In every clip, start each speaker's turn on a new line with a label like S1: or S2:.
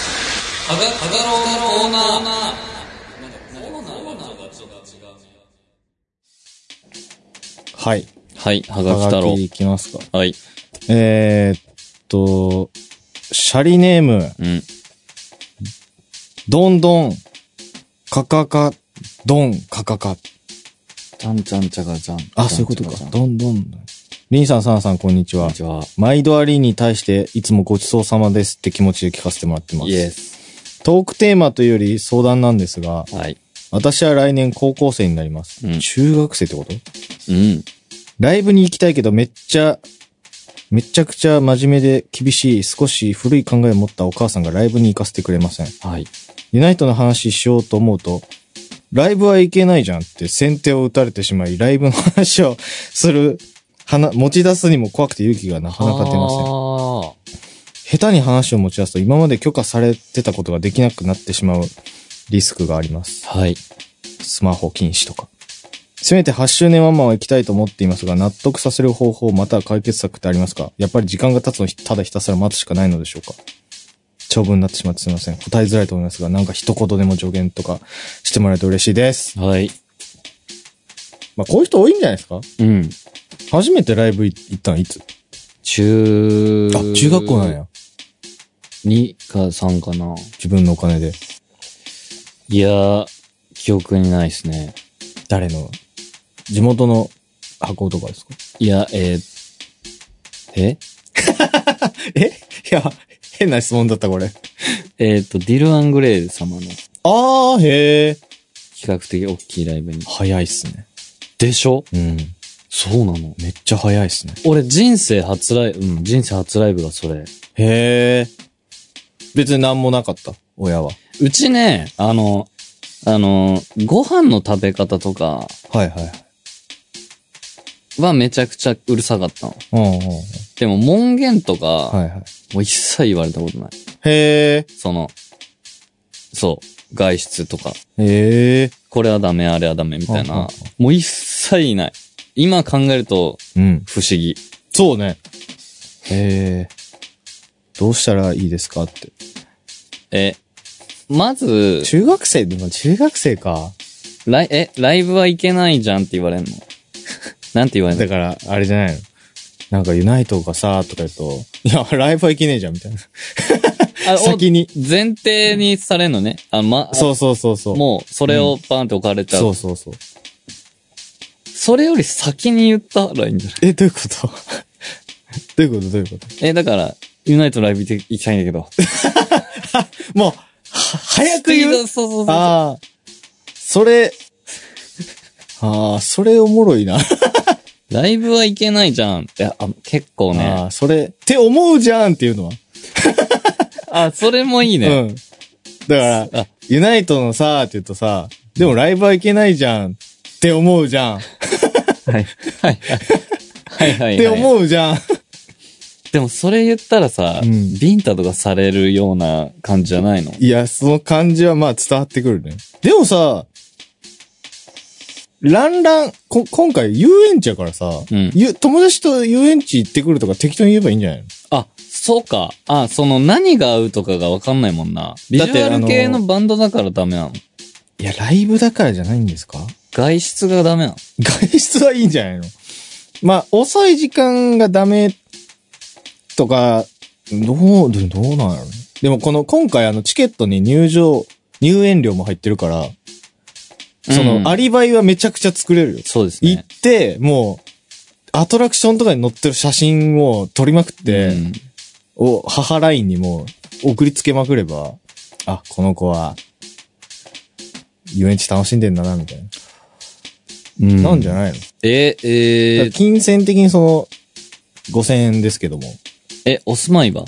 S1: かが、かがろうのコーナー。
S2: はい。
S1: はい、はがき
S2: は
S1: 太
S2: が
S1: 郎
S2: き。いきますか。
S1: はい。
S2: えー、っと、シャリネーム、
S1: うん。
S2: どんどん、かかか、どん、かかか。
S1: ちゃんちゃんちゃがちゃん。
S2: あ、そういうことか
S1: ちゃん。ちゃがちゃん
S2: どんどん。リンさん、サナさん、こんにち
S1: こん
S2: は
S1: に。ちは。
S2: 毎度ありに対して、いつもごちそうさまですって気持ちで聞かせてもらってま
S1: イエ
S2: す。
S1: ス。
S2: トークテーマというより相談なんですが、
S1: はい。
S2: 私は来年高校生になります。
S1: うん
S2: 中学生ってこと
S1: うん。
S2: ライブに行きたいけどめっちゃ、めちゃくちゃ真面目で厳しい、少し古い考えを持ったお母さんがライブに行かせてくれません。
S1: はい。
S2: ユナイトの話しようと思うと、ライブは行けないじゃんって先手を打たれてしまい、ライブの話をする、はな持ち出すにも怖くて勇気がなかなか出ません。下手に話を持ち出すと今まで許可されてたことができなくなってしまうリスクがあります。
S1: せん。はい。
S2: スマホ禁止とか。せめて8周年ワンマンは行きたいと思っていますが、納得させる方法または解決策ってありますかやっぱり時間が経つのをただひたすら待つしかないのでしょうか長文になってしまってすいません。答えづらいと思いますが、なんか一言でも助言とかしてもらえると嬉しいです。
S1: はい。
S2: まあ、こういう人多いんじゃないですか
S1: うん。
S2: 初めてライブ行ったのいつ
S1: 中、
S2: あ、中学校なん。や。
S1: 2か3かな。
S2: 自分のお金で。
S1: いやー、記憶にないですね。
S2: 誰の地元の箱とかですか
S1: いや、えー、え
S2: えいや、変な質問だったこれ。
S1: えっ、と、ディル・アングレイ様の比
S2: あー、へー。
S1: 較的大きいライブに。
S2: 早いっすね。
S1: でしょ
S2: うん。
S1: そうなの。
S2: めっちゃ早いっすね。
S1: 俺、人生初ライブ、うん、人生初ライブがそれ。
S2: へえ。別に何もなかった、親は。
S1: うちね、あの、あの、ご飯の食べ方とか
S2: はいはい。
S1: はめちゃくちゃうるさかったの。
S2: うんうんうん。
S1: でも、門限とか、
S2: はいはい。
S1: もう一切言われたことない。
S2: へえ。
S1: その、そう、外出とか、
S2: へえ。
S1: これはダメ、あれはダメ、みたい
S2: うんうん
S1: な
S2: う。
S1: んもう一切ない。今考えると
S2: うん。
S1: 不思議。
S2: そうね。へえ。どうしたらいいですかって。
S1: え、まず、
S2: 中学生でも中学生か。
S1: ライ、え、ライブはいけないじゃんって言われんの なんて言われん
S2: だ
S1: の
S2: から、あれじゃないの。なんか、ユナイトがさ、とか言うと、いや、ライブは行けねえじゃん、みたいな。
S1: あお
S2: 先に。
S1: 前提にされんのね。あ、ま、
S2: そうそうそうそう。
S1: もう、それをバンって置かれちゃう。
S2: そうそうそう。
S1: それより先に言ったらいいんじゃない
S2: え、 どういうことどういうことどういうこと
S1: え、だから、ユナイトライブ行きたいんだけ ど。
S2: もう、は早く言う
S1: スピードそうそうそうそう。
S2: ああ、それ、ああ、それおもろい な。
S1: ライブはいけないじゃん。いや、あ結構ね。
S2: ああ、それ、って思うじゃんっていうのは。
S1: あ、それもいいね。
S2: うん。だから
S1: あ、
S2: ユナイトのさ、って言うとさ、でもライブはいけないじゃんって思うじゃん。っ
S1: はい。はい。はい。はい。
S2: て思うじゃん。
S1: でもそれ言ったらさ、
S2: うん
S1: ビンタとかされるような感じじゃないの
S2: いや、その感じはまあ伝わってくるね。でもさ、ランラン、こ、今回遊園地やからさ、
S1: うん
S2: ゆ友達と遊園地行ってくるとか適当に言えばいいんじゃないの
S1: あ、そうか。あ、その何が合うとかがわかんないもんな。ビジ
S2: だって
S1: ュア
S2: あ
S1: ル
S2: の
S1: 系のバンドだからダメなの。
S2: いや、ライブだからじゃないんですか
S1: 外出がダメなの。
S2: 外出はいいんじゃないのまあ、遅い時間がダメとか、どう、でどうなんやろねでもこの、今回あの、チケットに入場、入園料も入ってるから、そ
S1: うんうん
S2: の、アリバイはめちゃくちゃ作れるよ。
S1: そうです
S2: 行っ
S1: ね。
S2: て、もう、アトラクションとかに載ってる写真を撮りまくって、
S1: うん
S2: を母ラインにもう送りつけまくれば、あ、この子は、遊園地楽しんでんだな、みたいな。
S1: うん
S2: なんじゃないの
S1: え、え
S2: だ
S1: ー、
S2: から金銭的にその、5000円ですけども。
S1: え、お住まいは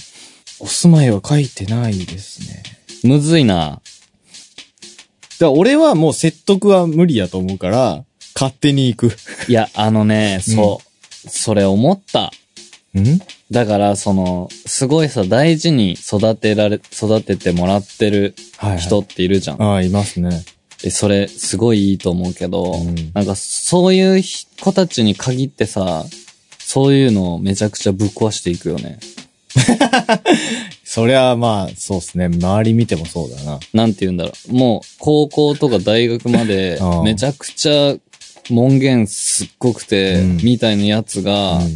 S2: お住まいは書いてないですね。
S1: むずいな。
S2: だから俺はもう説得は無理やと思うから、勝手に行く。
S1: いや、あのね、そう。それ思った。
S2: ん
S1: だから、その、すごいさ、大事に育てられ、育ててもらってる
S2: は
S1: 人っているじゃん。
S2: ああ、いますね。
S1: え、それ、すごいいいと思うけど、
S2: うん
S1: なんか、そういう子たちに限ってさ、そういうのをめちゃくちゃぶっ壊していくよね。
S2: そりゃ、まあ、そうですね。周り見てもそうだな。
S1: なんて言うんだろう。もう、高校とか大学まで
S2: あ、ー
S1: めちゃくちゃ門限すっごくて、
S2: うん
S1: みたいなやつが、
S2: うん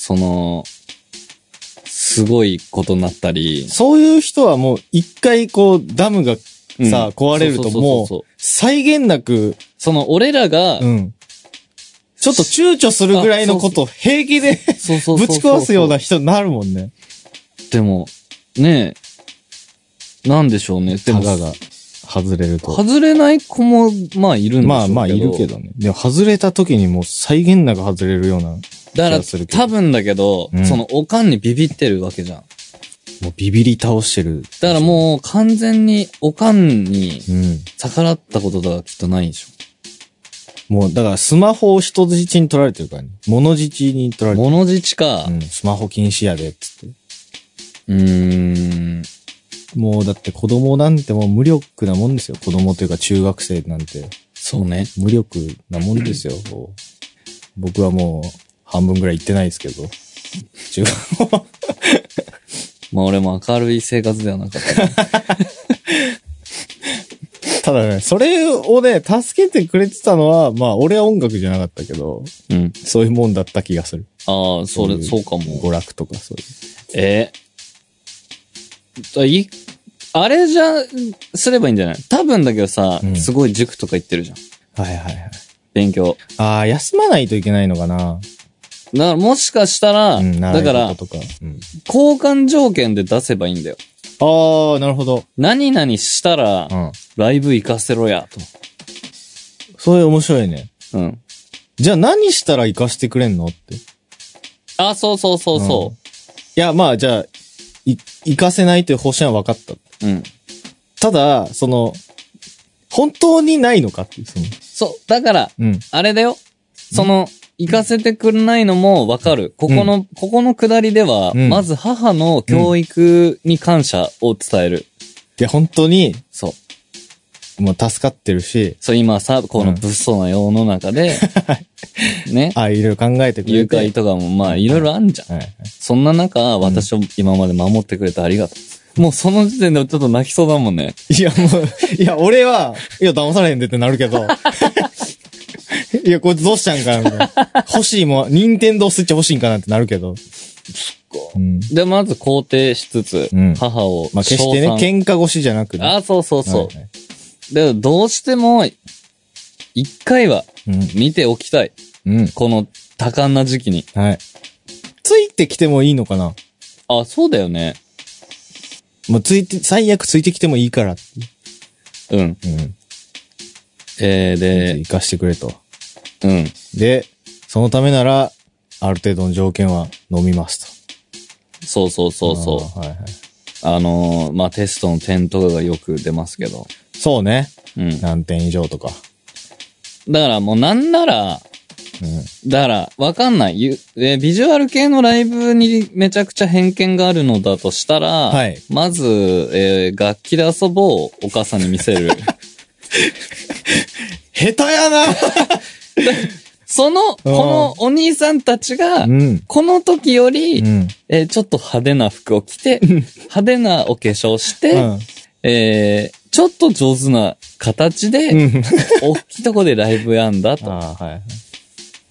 S1: その、すごいことになったり、
S2: そういう人はもう、一回こう、ダムがさ、
S1: うん
S2: 壊れると
S1: そうそうそう
S2: も
S1: そう
S2: う、際限なく、
S1: その、俺らが、
S2: うん。ちょっと躊躇するぐらいのこと、平気
S1: そ
S2: で
S1: うそうそうそう
S2: ぶち壊すような人になるもんね。
S1: でも、ねえ、なんでしょうね。で
S2: で
S1: も、
S2: がが外れると。
S1: 外れない子も、まあ、いるんでしょうけど。
S2: まあまあ、いるけ。どね。でも、外れた時にもう、際限なく外れるような、も
S1: だか
S2: 気
S1: ら
S2: がする、けど
S1: 多分だけど、
S2: うん
S1: その、おかんにビビってるわけじゃん。
S2: うビビり倒してる。
S1: だからもう、完全に、おかんに、
S2: うん。
S1: 逆らったことだきっとないでし
S2: もう、だから、スマホを人質に取られてるからね。物質に取ら
S1: ょ。
S2: れてる。
S1: 物自ちか
S2: う。ん、スマホ禁止やで、つって。
S1: うーん。
S2: もうだって子供なんてもう無力なもんですよ。子供というか中学生なんて
S1: そうね。
S2: 無力なもんで すよ。もう僕はもう半分ぐらい行ってないですけど。中学
S1: まあ俺も明るい生活ではなかった。
S2: ただね、それをね、助けてくれてたのは、まあ俺は音楽じゃなかったけど、
S1: うん。
S2: そういうもんだった気がする。
S1: ああ、そ
S2: い
S1: れ、そうかも。
S2: 娯楽とかそういう。
S1: えだい、あれじゃ、すればいいんじゃない多分だけどさ、
S2: うん
S1: すごい塾とか行ってるじゃん。
S2: はいはいはい。
S1: 勉強。
S2: ああ、休まないといけないのかな。
S1: だからもしかしたら、
S2: うん、習
S1: だ
S2: い
S1: か
S2: 事
S1: ら、
S2: とか。うん
S1: 交換条件で出せばいいんだよ。
S2: ああ、なるほど。
S1: 何々したら
S2: う、ん。
S1: ライブ行かせろや、
S2: それ面白いね。
S1: と。うん。
S2: じゃあ何したら行かしてくれんのって。
S1: あ、そうそうそうそ
S2: いや、まあ、じゃあ、い、行かせないという方針は分かった。
S1: う。うん。
S2: ただ、その、本当にないのかっていう、その、
S1: そう。だから、
S2: うん。
S1: あれだよ。その、行かせてくれないのもわかる。ここの、ここのくだりでは、
S2: うん
S1: まず母の教育に感謝を伝える。
S2: で、本当に、
S1: そう。
S2: もう助かってるし、
S1: そう、今さ、この物騒な世の中 で、ね、
S2: ああ、いろいろ考えてく
S1: 誘
S2: れて。
S1: 拐とかも、まあ、いろいろあんじゃん。
S2: はいはい。
S1: そんな中、私を今まで守ってくれてありがとう。もうその時点でちょっと泣きそうだもんね。
S2: いや、もう、いや、俺は、いや、騙されへんでってなるけど。いや、こいつどうしたんかなみたいな。欲しいもん、任天堂スイッチ欲しいんかなってなるけど。うん。
S1: で、まず肯定しつつ、
S2: うん
S1: 母を、
S2: まあ、決してね、喧嘩越しじゃなくね。
S1: あ、そうそうそう。
S2: はいはい
S1: で、どうしても、一回は見ておきたい。
S2: うん。うん。
S1: この多感な時期に。
S2: はい。ついてきてもいいのかな
S1: あ、そうだよね。
S2: もうついて、最悪ついてきてもいいからって。
S1: うん。
S2: うん。
S1: えー、で、
S2: 行かしてくれと。
S1: うん。
S2: で、そのためなら、ある程度の条件は飲みますと。
S1: そうそうそうそう。
S2: あーはいはい。
S1: あのーまあ、テストの点とかがよく出ますけど。
S2: そうね。
S1: うん。だ
S2: 何点以上とか。
S1: からもうなんなら、
S2: うん。
S1: だから、わかんない。ゆえービジュアル系のライブにめちゃくちゃ偏見があるのだとしたら、
S2: はい
S1: まず、えー楽器で遊ぼうをお母さんに見せ る。
S2: 下手やな
S1: その、このお兄さんたちが、
S2: うん。
S1: この時より、
S2: うん。
S1: えーちょっと派手な服を着て、派手なお化粧して、
S2: うん。
S1: えーちょっと上手な形で、
S2: うん。
S1: 大きいとこでライブやんだと。
S2: ああ、はいはい。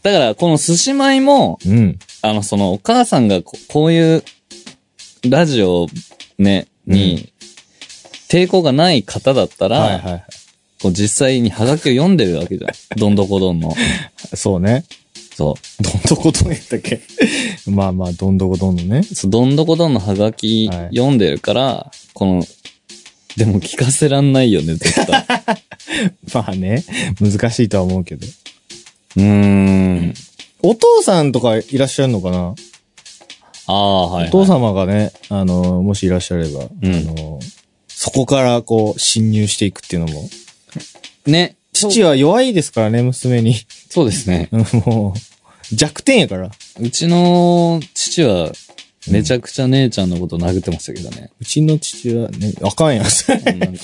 S1: だから、この寿司米も、
S2: うん。
S1: あの、その、お母さんがここういう、ラジオ、ね、に、抵抗がない方だったら、
S2: はいはいは
S1: こう実際にハガキを読んでるわけじゃん。 どんどこどんの。
S2: い。そうね。
S1: そう
S2: どんどこどんやったっけ まあまあ、どんどこどんのね。
S1: そう。どんどこどんのハガキ
S2: はい
S1: 読んでるから、この、でも聞かせらんないよね、絶対。
S2: まあね。難しいとは思うけど。
S1: うーん。
S2: お父さんとかいらっしゃるのかな
S1: ああ、はい、はい。
S2: お父様がね、あの、もしいらっしゃれば、
S1: うん
S2: あの、そこからこう、侵入していくっていうのも。
S1: ね。
S2: 父は弱いですからね、娘に。
S1: そうですね。
S2: うんもう、弱点やから。
S1: うちの父は、めちゃくちゃ姉ちゃんのこと殴ってましたけどね。
S2: うちの父はね、あかん やん。
S1: なんか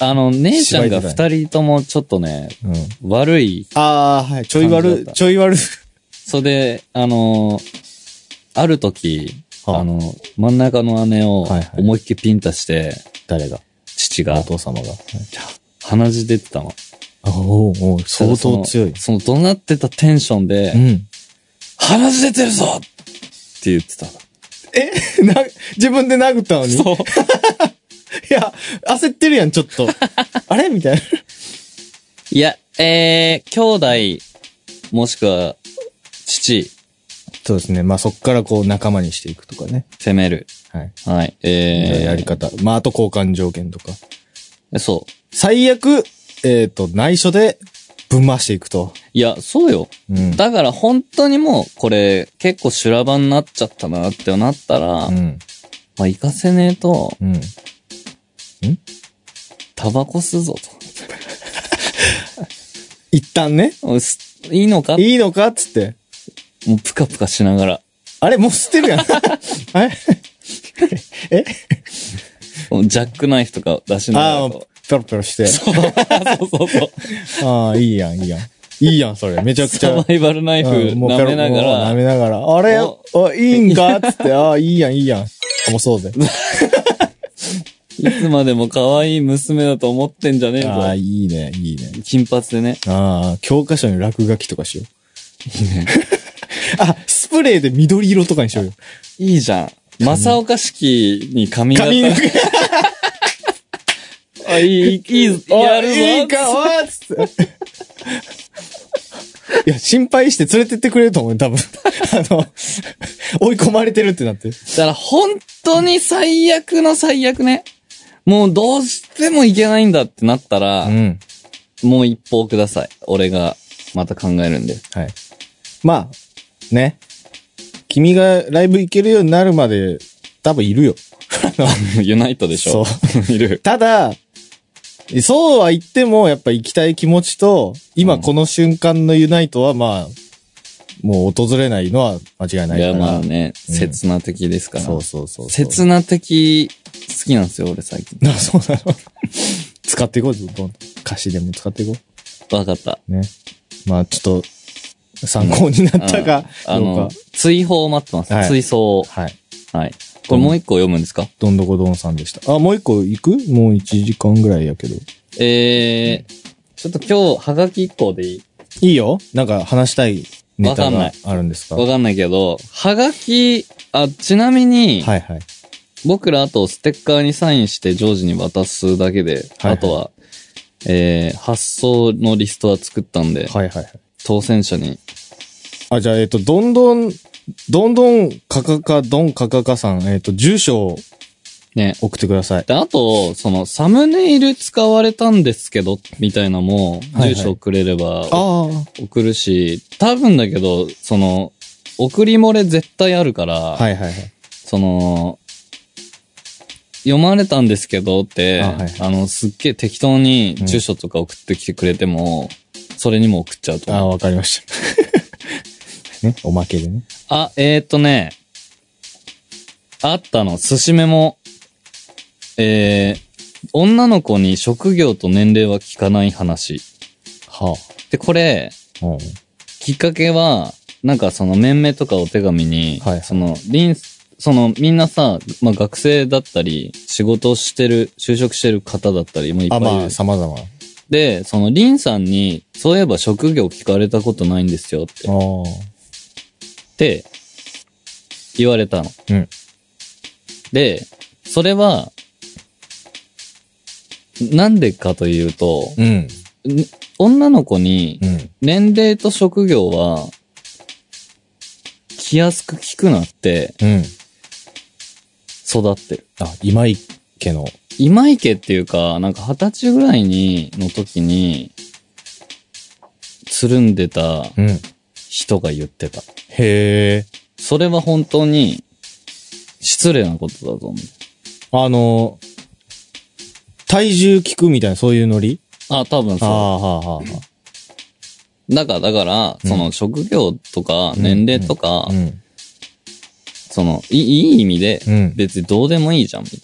S1: あの、姉ちゃんが
S2: 芝
S1: 二人ともちょっとね、
S2: うん、
S1: 悪い。
S2: ああ、はい。ちょい
S1: 感じだ
S2: 悪
S1: っ、た
S2: ちょい悪。
S1: それで、あの、ある時、
S2: はあ
S1: あの、真ん中の姉を
S2: はいはい
S1: 思いっきりピンタして、
S2: 誰が
S1: 父
S2: お
S1: が
S2: 父様が。はい
S1: 鼻血出てたの。
S2: あおうおう相当強い。
S1: そのその怒鳴ってたテンションで
S2: う、ん。
S1: 鼻血出てるぞって言ってたの。
S2: え な、自分で殴ったのに
S1: そう。
S2: いや、焦ってるやん、ちょっ と。あれみたいな。
S1: いや、えー、兄弟、もしくは、父、
S2: そうですね。まあ、そっからこう仲間にしていくとかね。
S1: 責める。
S2: はい。
S1: はい。えー、
S2: やり方。まあ、あと交換条件とか。
S1: そう。
S2: 最悪、えっ、と、内緒で、ぶん回していくと。
S1: いや、そうよ。
S2: うん。
S1: だから本当にもう、これ、結構修羅場になっちゃったなってなったら、
S2: うん。
S1: まあ、行かせねえと、
S2: うん。
S1: タバコ吸うぞ
S2: 一旦ね。
S1: と。おすいいのか
S2: いいのかっつって。
S1: もうプカプカしながら。
S2: あれもう捨てるや ん。あれ
S1: ジャックナイフとか出しなが
S2: ああ
S1: らこ、
S2: ペロペロして
S1: う。。 そうそうそうそう。
S2: ああ、いいやん、いいやん。いいやん、それ。めちゃくちゃ。
S1: サバイバルナイフ
S2: うんもうペ
S1: 舐
S2: ロ
S1: めなが
S2: もう舐
S1: ら、
S2: めながら。あれ
S1: お
S2: あ、いいんかっつって。ああ、いいやん、いいやん。あもうそうぜ。
S1: いつまでも可愛い娘だと思ってんじゃねえ
S2: あ
S1: ぞ。
S2: あ、いいね、いいね。
S1: 金髪でね。
S2: ああ、教科書に落書きとかしよう。 あ、スプレーで緑色とかにしようよ。
S1: いいじゃん。正岡式に髪型。
S2: 髪の毛。
S1: あ、いい、いい、 やるぞ。
S2: おいいいか、わっつって。いや、心配して連れてってくれると思うよ、多分。あの、追い込まれてるってなって。
S1: だから本当に最悪の最悪ね。もうどうしてもいけないんだってなったら、
S2: ん。
S1: もう一報ください。俺がまた考えるんで。
S2: はい。まあ、ね。君がライブ行けるようになるまで、多分いるよ。
S1: ユナイトでしょ。そう。いる。
S2: ただ、そうは言っても、やっぱ行きたい気持ちと、今この瞬間のユナイトは、まあ、もう訪れないのは間違いないいから。
S1: や、まあね、
S2: うん
S1: 刹那的ですから。
S2: そうそうそうそう。
S1: 刹那的好きなんですよ、俺最近。
S2: な、 そうなの。使っていこう、どんどん。歌詞でも使っていこ
S1: わかった。
S2: う。ね。まあ、ちょっと、参考になったか、
S1: あ
S2: どう
S1: の
S2: か。、
S1: 追放を待ってます。
S2: はい
S1: 追送を。
S2: はい。
S1: はい。これもう一個読むんですか
S2: どんどこどんさんでした。あ、もう一個行くもう一時間ぐらいやけど。
S1: えー、ちょっと今日、はがき一個でいい
S2: いいよなんか話したいネタ
S1: わかんな
S2: が
S1: い
S2: あるんですか
S1: わかんないけど、はがき、あ、ちなみに、
S2: はいはい。
S1: 僕らあとステッカーにサインしてジョージに渡すだけで、
S2: はいはい
S1: あとは、えー、発送のリストは作ったんで、
S2: はいはいはい。
S1: 当選者に。
S2: あ、じゃあ、えっ、と、どんどん、どんどんかかか、どんかかかさん、えっ、と、住所を
S1: ね。
S2: 送ってください。
S1: で、あと、その、サムネイル使われたんですけど、みたいなのも、
S2: はいはい
S1: 住所くれれば
S2: あ
S1: 送るし、多分だけど、その、送り漏れ絶対あるから、
S2: あ。はいはいはい。
S1: その、読まれたんですけどって、
S2: あ
S1: あ,、
S2: はい
S1: の、すっげえ適当に住所とか送ってきてくれても、それにも送っちゃうと
S2: あ
S1: 思う
S2: あ、わかりました。 ね、おまけでね。
S1: あ、えー、っとね、あったの、寿司メモ。えー、女の子に職業と年齢は聞かない話。
S2: は
S1: で、これ、
S2: あ。うん。
S1: きっかけは、なんかその面々とかお手紙に、
S2: はい
S1: その、リンそのみんなさ、まあ、学生だったり、仕事をしてる、就職してる方だったり、もいっぱ
S2: あ、
S1: いいる。
S2: まあ、様々。あ
S1: で、そのリンさんに、そういえば職業聞かれたことないんですよって、っ
S2: あ。
S1: て言われたの。
S2: うん。
S1: で、それは、なんでかというと、
S2: うん。
S1: 女の子に
S2: うん。
S1: 年齢と職業は、気安く聞くなって
S2: うん。
S1: 育ってる。
S2: あ、今井家の。
S1: 今池っていうか、なんか二十歳ぐらいに、の時に、つるんでた
S2: うん。
S1: 人が言ってた。
S2: へえ。
S1: それは本当に、失礼なことだと思う。
S2: あの、体重聞くみたいな、そういうノリ
S1: あ、多分
S2: あ
S1: そう。
S2: あ、はあ、は
S1: だから、だから、
S2: うん
S1: その職業とか
S2: うん
S1: 年齢とか、
S2: あ。うん。
S1: そのい、いい意味で
S2: う、ん。
S1: 別にどうでもいいじゃん、みたい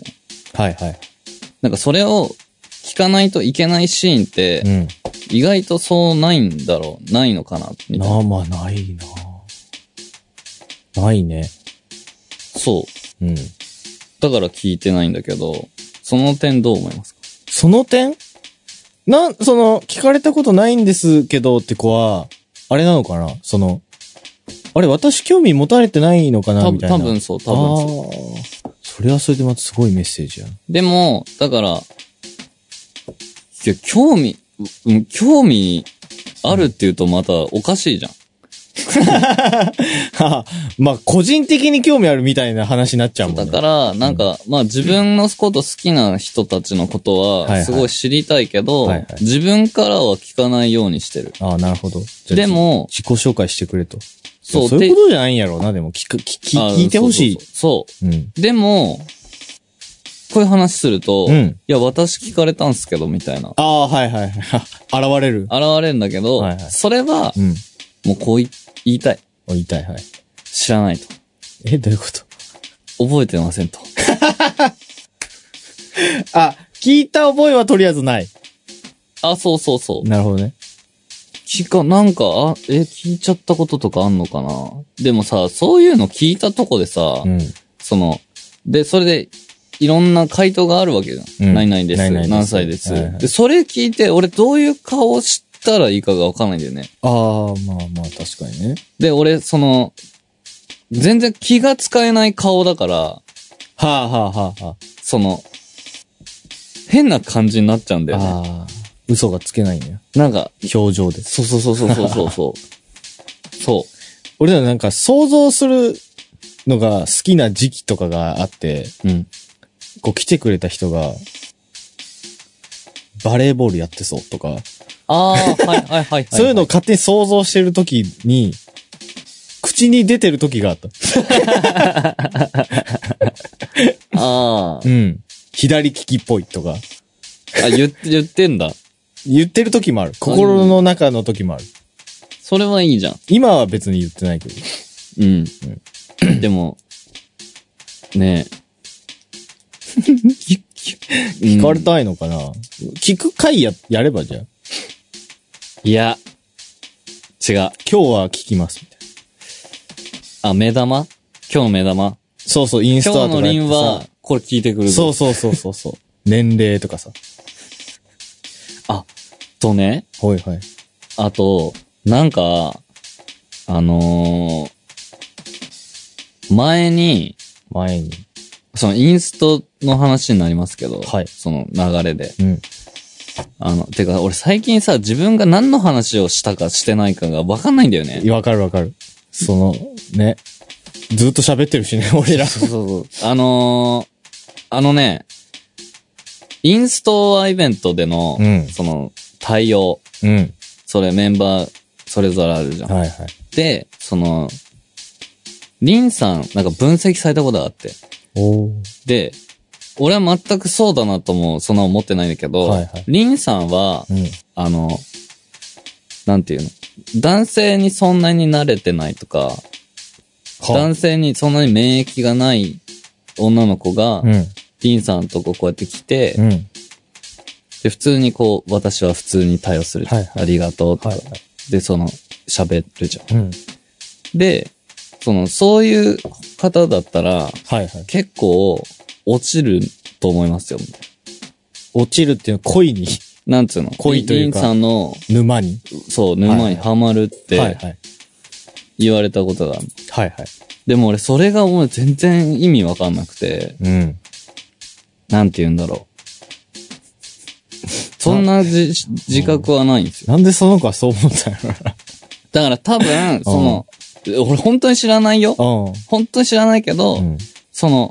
S1: な。
S2: はいはい。
S1: なんかそれを聞かないといけないシーンって
S2: う、ん。
S1: 意外とそうないんだろう、ないのかな、みたい
S2: な
S1: な。
S2: あ、まあ、ないな。ないね。
S1: そう。
S2: うん。
S1: だから聞いてないんだけど、その点どう思いますか
S2: その点なん、その、聞かれたことないんですけどって子は、あれなのかなその、あれ、私興味持たれてないのかな
S1: 多
S2: み
S1: 分、
S2: たいな。
S1: 多分そう、多分そう。
S2: ああー。それはそれでまたすごいメッセージやん。
S1: でも、だから、いや、興味、ううん興味あるって言うとまたおかしいじゃん。
S2: ははまあ、個人的に興味あるみたいな話になっちゃうもんね。
S1: だから、なんか、まあ自分のこと好きな人たちのこと
S2: はいは
S1: は、
S2: い
S1: すごい知りたいけど
S2: はいはい、
S1: 自分からは聞かないようにしてる。
S2: ああ、なるほど。じゃあ
S1: で、も、
S2: 自己紹介してくれと。
S1: そう、
S2: そうい
S1: て
S2: うことじゃないんやろうな、でも、聞く、聞き、
S1: あ
S2: 聞いてほしい
S1: そう。そうそう
S2: うん。
S1: そう。でも、こういう話すると、
S2: うん
S1: いや、私聞かれたんすけど、みたいな。
S2: ああ、はいはい はい。現れる。
S1: 現れるんだけど、
S2: はいはい
S1: それは
S2: う、ん。
S1: もうこうい言いたい。
S2: お言いたい、はい。
S1: 知らないと。
S2: え、どういうこと
S1: 覚えてませんと。
S2: あ、聞いた覚えはとりあえずない。
S1: あ、そうそうそう。
S2: なるほどね。
S1: 聞か、なんか、あ、え、聞いちゃったこととかあんのかなでもさ、そういうの聞いたとこでさ、
S2: うん。
S1: その、で、それで、いろんな回答があるわけじゃん。
S2: うん
S1: ないないです。
S2: ないないです
S1: 何歳です、
S2: はいはい
S1: で、それ聞いて、俺どういう顔をしたらいいかがわかんないんだよね。
S2: ああ、まあまあ、確かにね。
S1: で、俺、その、全然気が使えない顔だから、
S2: はあはあはあは
S1: その、変な感じになっちゃうんだ
S2: あ。
S1: よね。
S2: ああ、嘘がつけないんや。
S1: なんか、
S2: 表情で。
S1: そうそうそうそうそうそう そう。そう。
S2: 俺らなんか想像するのが好きな時期とかがあって、
S1: うん。
S2: こう来てくれた人が、バレーボールやってそうとか、
S1: ああ、はいはいはいはい。
S2: そういうのを勝手に想像してるときに、口に出てるときがあった。
S1: あ
S2: うん。左利きっぽいとか、
S1: あ。あ、言って、言ってんだ。
S2: 言ってるときもある。心の中のときもある。
S1: それはいいじゃん。
S2: 今は別に言ってないけど。
S1: うん。でも、ね え。聞
S2: 聞かれたいのかな、聞く回や、やればじゃあ。
S1: いや、違う。
S2: 今日は聞きます。みたいな。
S1: あ、目玉今日の目玉。
S2: そうそう、インス
S1: 今
S2: タ
S1: 日
S2: と
S1: の
S2: かやって
S1: リンは
S2: さ。、
S1: これ聞いてくる
S2: そう
S1: ぞ。
S2: そうそうそうそう。年齢とかさ。
S1: あ、とね、
S2: はいはい。
S1: あと、なんか、あのー前に、
S2: 前に。
S1: そのインストの話になりますけど、
S2: はい
S1: その流れで。
S2: うん。
S1: あの、てか、俺最近さ、自分が何の話をしたかしてないかが分かんないんだよね。
S2: わかるわかる。その、ね。ずっと喋ってるしね、 俺ら。
S1: そうそうそう。あのー、あのね、インストアイベントでの、
S2: うん
S1: その、対応、
S2: うん。
S1: それメンバー、それぞれあるじゃん。
S2: はいはい。
S1: で、その、リンさん、なんか分析されたことがあって。
S2: おー。
S1: で、俺は全くそうだなとも、そんな思ってないんだけど、
S2: はいはい
S1: リンさんは、
S2: うん。
S1: あの、なんていうの男性にそんなに慣れてないとか、男性にそんなに免疫がない女の子が、
S2: うん。
S1: リンさんとここうやって来て、
S2: うん。
S1: で、普通にこう、私は普通に対応する。
S2: はいはい
S1: ありがとうとか、
S2: はいは
S1: で、その、喋るじゃ
S2: うん。
S1: ん。で、その、そういう方だったら、
S2: はいはい。
S1: 結構、落ちると思いますよ。みたい
S2: 落ちるっていうのは恋に、
S1: ななんつうの
S2: 恋という
S1: リ
S2: か
S1: ンさんの、
S2: 沼に。
S1: そう、沼にはまるっ
S2: はい
S1: て
S2: はい。
S1: 言われたことがある。
S2: はいはい。
S1: でも俺、それがもう全然意味わかんなくて、
S2: うん。
S1: なんて言うんだろう。そんなじ自覚はないんですよ。
S2: なんでその子はそう思ったんや
S1: だから多分、その、俺本当に知らないよ。
S2: ろな。
S1: 本当に知らないけど、
S2: うん。
S1: その、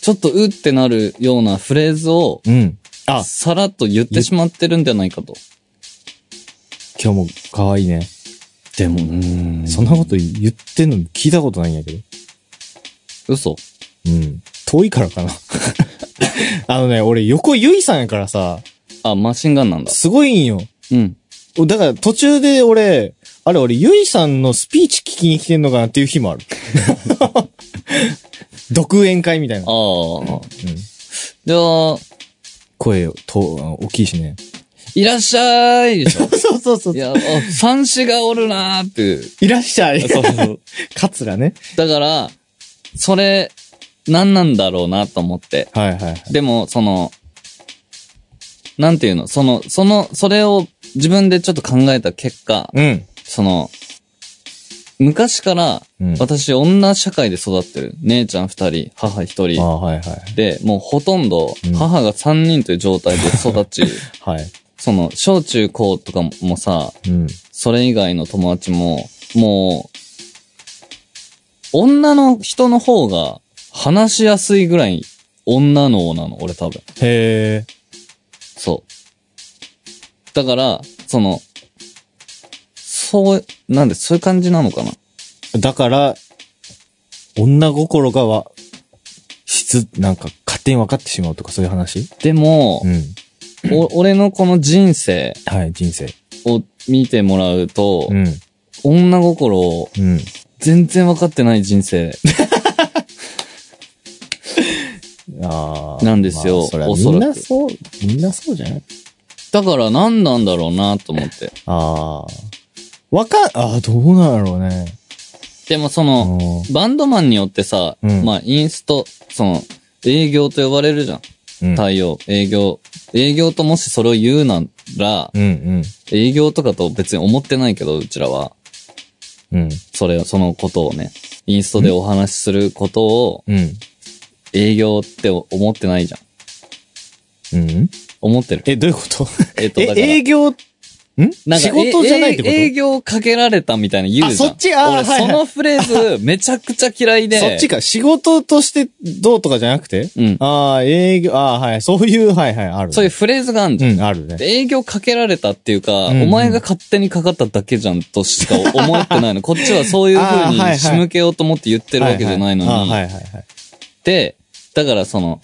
S1: ちょっとうってなるようなフレーズを、
S2: うん。あ、
S1: さらっと言ってしまってるんじゃないかと。
S2: 今日も可愛いね。
S1: でも、うん
S2: そんなこと言ってんの聞いたことないんやけど。
S1: 嘘
S2: うん。遠いからかな。 あのね、俺横ゆいさんやからさ、
S1: あ、マシンガンなんだ。
S2: すごいんよ。
S1: うん。
S2: だから途中で俺、あれ俺ゆいさんのスピーチ聞きに来てんのかなっていう日 もある。独演会みたい
S1: あ
S2: な。
S1: あ。
S2: うん
S1: じゃあ、
S2: 声をと、あの大きいしね。
S1: いらっしゃいでしょ。
S2: そうそうそ
S1: い。や、あ、三子がおるなーっていう。
S2: いらっしゃい。
S1: そうそう。
S2: カツラね。
S1: だから、それ何なんだろうなと思って。
S2: はいはいはい。
S1: でも、その、なんていうの、その、その、それを自分でちょっと考えた結果、
S2: うん。
S1: その、昔から、
S2: うん。
S1: 私、女社会で育ってる。姉ちゃん二人、母一
S2: あ
S1: 人。
S2: あ、はいはい。
S1: で、もうほとんど
S2: うん、
S1: 母が三人という状態で育 ち、
S2: はい。
S1: その、小中高とかももさ、
S2: うん。
S1: それ以外の友達も、もう、女の人の方が話しやすいぐらい女のなの、俺多分。
S2: へえ。
S1: そう。だから、その、そう、なんで、そういう感じなのかな
S2: だから、女心がわ、質、なんか勝手に分かってしまうとかそういう話
S1: でも
S2: う、ん。
S1: お俺のこの人生
S2: はい、人生。
S1: を見てもらうと、
S2: うん。
S1: 女心を
S2: うん。
S1: 全然分かってない人生
S2: ああ。
S1: なんですよ
S2: まあそれは
S1: おそ
S2: みん
S1: ら
S2: な
S1: く
S2: そう、みんなそうじゃない
S1: だから何なんだろうなと思って。
S2: ああ。わかん、ああ、どうなんだろうね。
S1: でもその、バンドマンによってさ、
S2: うん
S1: まあインスト、その、営業と呼ばれるじゃん。
S2: うん。
S1: 対応、営業。営業ともしそれを言うなら、
S2: うんうん。
S1: 営業とかと別に思ってないけど、うちらは。
S2: うん。
S1: それ、そのことをね。インストでお話しすることを
S2: うん。
S1: 営業って思ってないじゃん。
S2: うん。
S1: 思ってる。
S2: え、どういうこと
S1: えっと、
S2: え
S1: だか、ら
S2: 営業、ん
S1: なんか
S2: 仕事じゃないってこ
S1: ええ営
S2: と
S1: 業かけられたみたいな言うじゃん。
S2: あそっちあー
S1: 俺、
S2: はいはい
S1: そのフレーズ、めちゃくちゃ嫌いで。
S2: そっちか。仕事としてどうとかじゃなくて
S1: うん。
S2: ああ、営業、ああ、はい。そういう、はいはい、ある。
S1: そういうフレーズがあんじゃん。
S2: うん、あるね。
S1: で営業かけられたっていうか、
S2: うんうん
S1: お前が勝手にかかっただけじゃんとしか思ってない の。こっちはそういう風
S2: あーはいは
S1: に
S2: い
S1: 仕向けようと思って言ってるわけじゃないのに。
S2: ははあはいはいはい。
S1: で、だからその、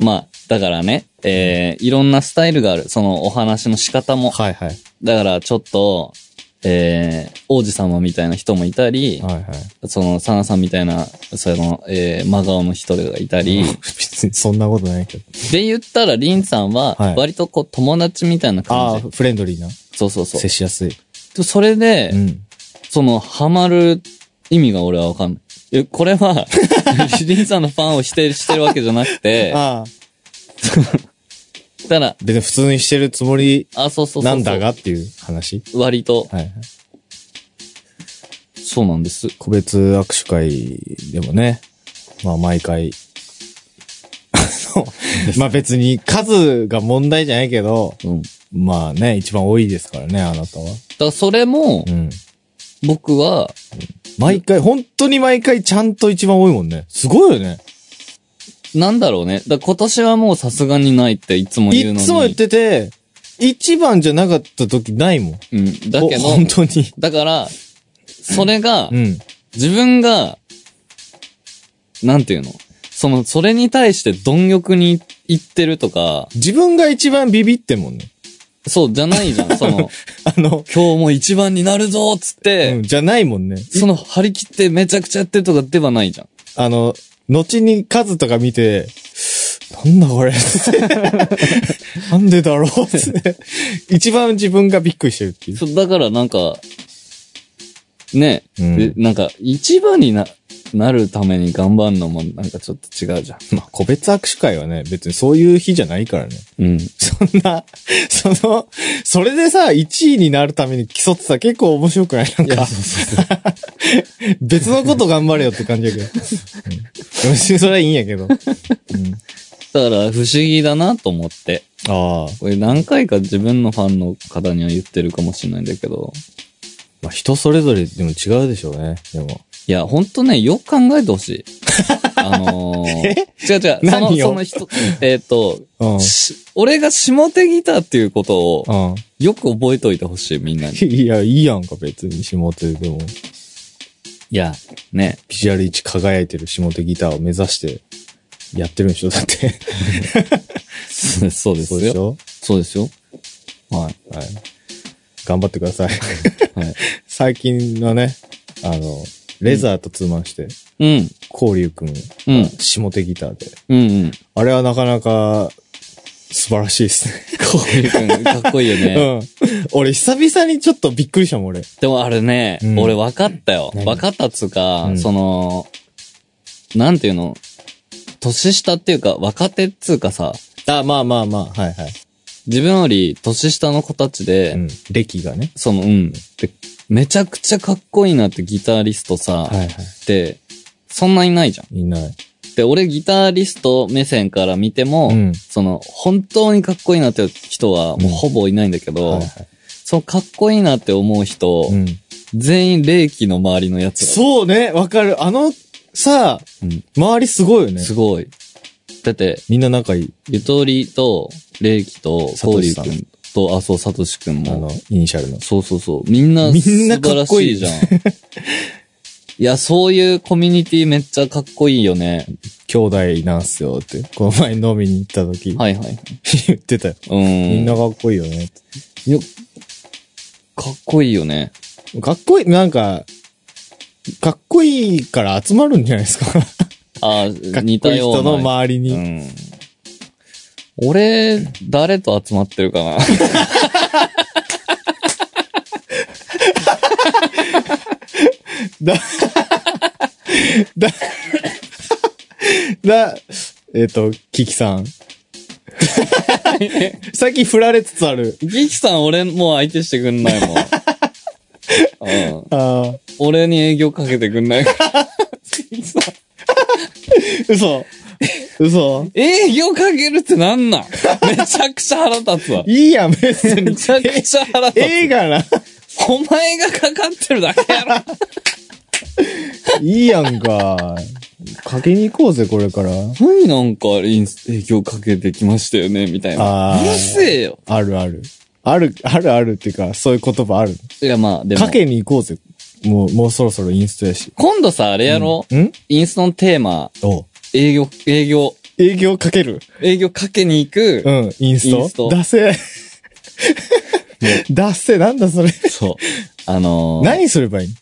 S1: まあ、だからね、えー、いろんなスタイルがある。そのお話の仕方も。
S2: はいはい。
S1: だからちょっと、えー、王子様みたいな人もいたり、
S2: はいはい。
S1: その、サナさんみたいな、その、えー、真顔の人がいたり、
S2: 別にそんなことないけど。
S1: で言ったら、リンさんは
S2: はい、
S1: 割とこう、友達みたいな
S2: あ
S1: 感
S2: あ、
S1: じ。
S2: フレンドリーな。
S1: そうそうそ
S2: 接しやすい。
S1: う。それで、
S2: うん。
S1: その、ハマる意味が俺はわかんない。え、これ は、リンさんのファンを否定してるわけじゃなくて、
S2: ああ。
S1: ただ、
S2: 別に普通にしてるつもり
S1: あ、そうそうそうそう。
S2: なんだがっていう話。
S1: 割と、
S2: はいはい。
S1: そうなんです。
S2: 個別握手会でもね、まあ毎回、あのまあ別に数が問題じゃないけど、
S1: うん。だ
S2: まあね、一番多いですからね、あなたは。
S1: からそれも
S2: う、ん。
S1: 僕は、
S2: 毎回、本当に毎回ちゃんと一番多いもんね。すごいよね。
S1: なんだろうね。だから今年はもうさすがにないっていつも
S2: い
S1: 言うのに。
S2: っつも言ってて、一番じゃなかった時ないもん。
S1: うん。だけ
S2: お
S1: ど、
S2: 本当に。
S1: だから、それが、
S2: うん。
S1: 自分が、なんていうのその、それに対して貪欲に言ってるとか、
S2: 自分が一番ビビってんもんね。
S1: そうじゃないじゃん。その、
S2: あの、
S1: 今日も一番になるぞっつって、
S2: うん、じゃないもんね。
S1: その張り切ってめちゃくちゃやってるとかではないじゃん。
S2: あの、後に数とか見て、なんだこれなんでだろうって一番自分がびっくりしてるっていう。
S1: そう、だからなんか、ね、
S2: うん
S1: でなんか、一番にな、なるために頑張るのもなんかちょっと違うじゃん。
S2: まあ、個別握手会はね、別にそういう日じゃないからね。
S1: うん。
S2: そんな、その、それでさ、1位になるために競ってさ、結構面白くないなんか、別のこと頑張れよって感じやけど。うん別にそれはいいんやけど。うん、
S1: だから、不思議だなと思って。
S2: ああ。
S1: これ何回か自分のファンの方には言ってるかもしれないんだけど。
S2: まあ、人それぞれでも違うでしょうね。でも。
S1: いや、ほんとね、よく考えてほしい。あの ー、違う違う、その、
S2: 何を
S1: その人、えっ、と、
S2: うん。
S1: し俺が下手ギターっていうことを
S2: うん。
S1: よく覚えておいてほしい、みんな に。
S2: いや、いいやんか、別に下手でも。
S1: いや、ね。
S2: ビジュアル一輝いてる下手ギターを目指してやってるんでしょだって。
S1: そうで
S2: そう
S1: す
S2: でし
S1: よ。
S2: ょ
S1: そうですよ。はい。
S2: はい。頑張ってください。
S1: はい。
S2: 最近のね、あの、レザーとツーマンして、
S1: うん。
S2: コウリュウくん
S1: うん
S2: が下手ギターで。
S1: うん うん。
S2: あれはなかなか素晴らしいですね。
S1: こういう君、かっこいいよね。
S2: うん。俺、久々にちょっとびっくりしたもん、俺。
S1: でもあれね、
S2: うん
S1: 俺分かったよ。
S2: 何
S1: 分かったっつうか、
S2: うん
S1: その、なんていうの年下っていうか、若手っつうかさ、
S2: あ、まあまあまあ、はいはい。
S1: 自分より年下の子たちで、
S2: うん。歴がね。
S1: その、うん。で、めちゃくちゃかっこいいなってギタリストさ、
S2: はいは
S1: って、そんないないじゃ
S2: い。いない。
S1: ん。で、俺ギタリスト目線から見ても、
S2: うん
S1: その、本当にかっこいいなって人はもうほぼいないんだけど、
S2: はいはい
S1: そのかっこいいなって思う人、
S2: うん。
S1: 全員霊気の周りのやつら。
S2: そうね、わかる。あの、さあ、
S1: うん
S2: 周りすごいよね。
S1: すごい。だって、
S2: みんな仲いい。
S1: ゆとりと、霊気と、
S2: サ
S1: こ
S2: ト
S1: うり
S2: シ
S1: ゅう
S2: さん
S1: くんと、あ、そう、さとしくん
S2: あ
S1: も
S2: の。、イニシャルの。
S1: そうそうそう。みんな、
S2: み
S1: 素
S2: んな
S1: 晴
S2: からっこ
S1: し
S2: いい
S1: いじゃん。いや、そう いうコミュニティめっちゃかっこいいよね。
S2: 兄弟なんすよって、この前飲みに行った時、
S1: はいはい。
S2: 言ってたよ。
S1: うん。
S2: みんなかっこいいよねって。
S1: よ、かっこいいよね。
S2: かっこいい、なんか、かっこいいから集まるんじゃないですか。かっ
S1: あ
S2: こ
S1: ー
S2: いい
S1: 似たような。
S2: 人の周りに。
S1: うん。俺、誰と集まってるかな。
S2: だ、だ、だ、えっ、と、キキさん。 最近振られつつある。
S1: ギキさん俺もう相手してくん ないもん。うん、
S2: ああ、
S1: 俺に営業かけてくんないから。
S2: 嘘。嘘。
S1: 営業かけるってなん なんめちゃくちゃ腹立つわ。
S2: いいやん、別
S1: め
S2: に。
S1: ちゃくちゃ腹立
S2: ええがな。
S1: つ。お前がかかってるだけやろ。
S2: いいやんか。かけに行こうぜ、これから。
S1: 何なんかインス営業かけてきましたよね、みたい
S2: あ
S1: な。
S2: ー
S1: うるせえよ。
S2: あるある。ある、あるあるっていうか、そういう言葉ある。
S1: いや、まあ、でも
S2: か、けに行こうぜ。もう、もうそろそろインストやし。
S1: 今度さ、あれやろ、
S2: ん
S1: インストのテーマ、
S2: お
S1: 営業、営業、
S2: 営業かける。
S1: 営業かけに行く。
S2: うん、インスト。
S1: インスト
S2: ダセ。 ダセ、なんだそれ。
S1: そう。あのー、
S2: 何すればいいの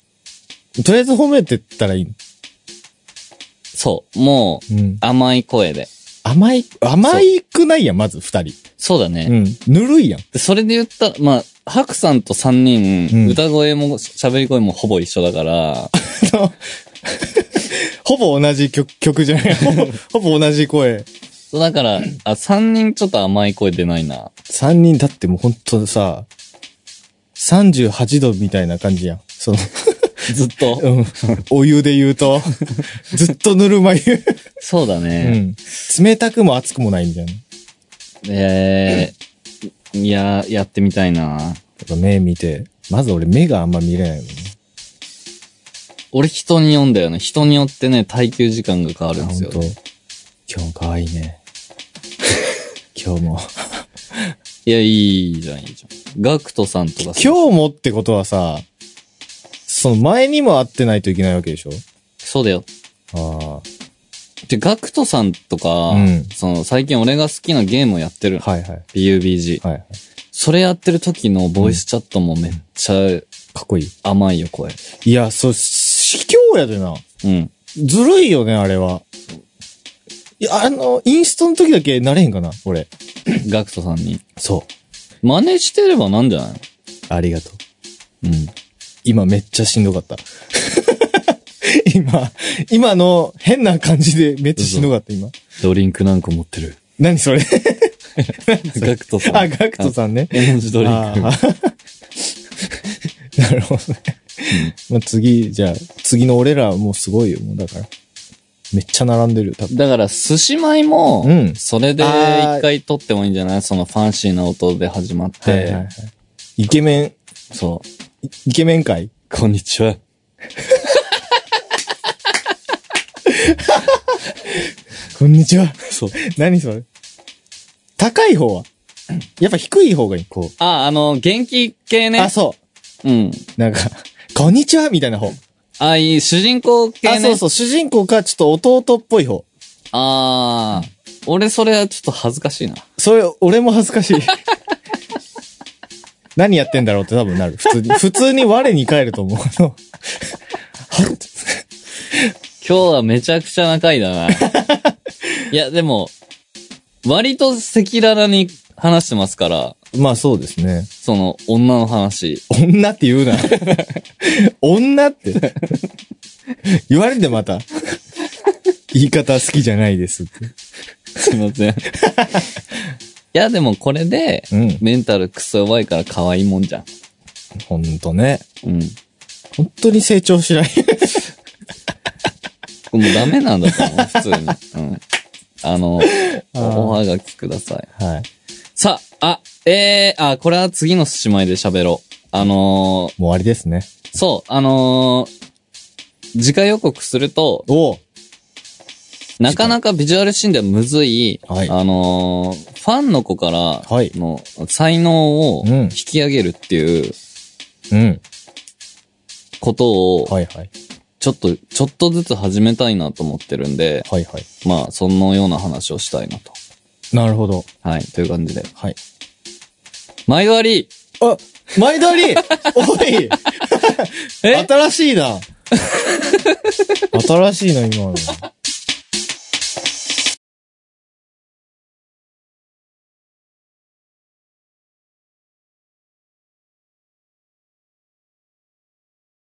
S2: とりあえず褒めてったらいいの
S1: そう。もう、
S2: うん。
S1: 甘い声で。
S2: 甘い、甘いくないやん、まず二人。
S1: そうだね。
S2: うん。ぬるいやん。
S1: でそれで言ったら、まあ、ハクさんと3人、
S2: うん
S1: 歌声も喋り声もほぼ一緒だ から、
S2: あのほぼ同じ曲、曲じゃ ない。ほぼ、ほぼ同じ声。
S1: そうだから、あ、3人ちょっと甘い声出ないな。
S2: 三人だってもうほんとさ、38度みたいな感じやん。その、
S1: ずっと。
S2: うん。お湯で言うと、ずっとぬるま湯。
S1: そうだ
S2: う
S1: ね。
S2: ん。冷たくも熱くもないみたいな。
S1: えー、いや、やってみたいな。
S2: やっぱ目見て、まず俺目があんま見れないもんね。
S1: 俺人に読んだよね。人によってね、耐久時間が変わるんですよ。
S2: ほんと今日も可愛いね。今日も。
S1: いや、いいじゃん、いいじゃん。ガクトさんとかさ
S2: 今日もってことはさ、その前にも会ってないといけないわけでしょ
S1: そうだよ。
S2: あ
S1: で、ガクトさんとか、
S2: うん
S1: その、最近俺が好きなゲームをやってる
S2: あ。。はいはい。
S1: PUBG。
S2: はいはい。
S1: それやってる時のボイスチャットもめっち
S2: かっこいい。
S1: ゃ甘いよ、声。
S2: いや、そう、卑怯やでな。
S1: うん。
S2: ずるいよね、あれは。いや、あの、インストの時だけなれへんかな、俺。
S1: ガクトさんに。
S2: そう。
S1: 真似してればなんじゃない
S2: ありがとう。
S1: うん。
S2: 今めっちゃしんどかった。 今、今の変な感じでめっちゃしんどかった、今。
S1: ドリンク何個持ってる
S2: 何それ
S1: ガクトさん。
S2: あ、ガクトさんね。
S1: ん。エナジードリンク。
S2: あー なるほどね。まあ、次、じゃあ、次の俺らはもうすごいよ、もうだから。めっちゃ並んでる、多分。
S1: だから、寿司米も、
S2: うん
S1: それで一回撮ってもいいんじゃないそのファンシーな音で始まって。
S2: い。イケメン、
S1: そう。
S2: イイケメン界
S1: こんにちは。
S2: こんにちは。
S1: そう。
S2: 何それ高い方はやっぱ低い方がいい、こう。
S1: あ、あの、元気系ね。
S2: あ、そ
S1: うん。
S2: う。なんか、こんにちはみたいな方。
S1: ああ、いい、主人公系ね。
S2: あ、そうそう、主人公か、ちょっと弟っぽい方。
S1: ああ、俺それはちょっと恥ずかしいな。
S2: それ、俺も恥ずか しい。何やってんだろうって多分なる。普通に、普通に我に帰ると思う。あの
S1: 今日はめちゃくちゃな回だな。いや、でも、割と赤裸々に話してますから、
S2: まあそうですね。
S1: その、女の話。
S2: 女って言うな。 女って。言われてまた。言い方好きじゃないですって。
S1: すいません。いや、でもこれで、
S2: うん。
S1: メンタルクソ弱いから可愛いもんじゃん。
S2: ほんとね。
S1: うん。も
S2: 本当に成長しない。
S1: うダメなんだと思う、普通に。うん。あの、おはがきください。
S2: はい。
S1: さあ、あ、えー、あ、これは次のしまいで喋ろう。あの
S2: もう終わりですね。
S1: ー、そう、あのー、次回予告すると、
S2: おう
S1: なかなかビジュアルシーンではむずい、
S2: はい
S1: あのーファンの子から
S2: はい
S1: の才能を
S2: うん
S1: 引き上げるっていう
S2: うん。
S1: ことを、
S2: はいはい。
S1: ちょっと、ちょっとずつ始めたいなと思ってるんで、
S2: はいはい。
S1: まあ、そのような話をしたいなと。
S2: なるほど。
S1: はい、という感じで。
S2: はい。
S1: 毎度あり
S2: あ、前撮りおい
S1: え
S2: 新しいな。新しいな、今の。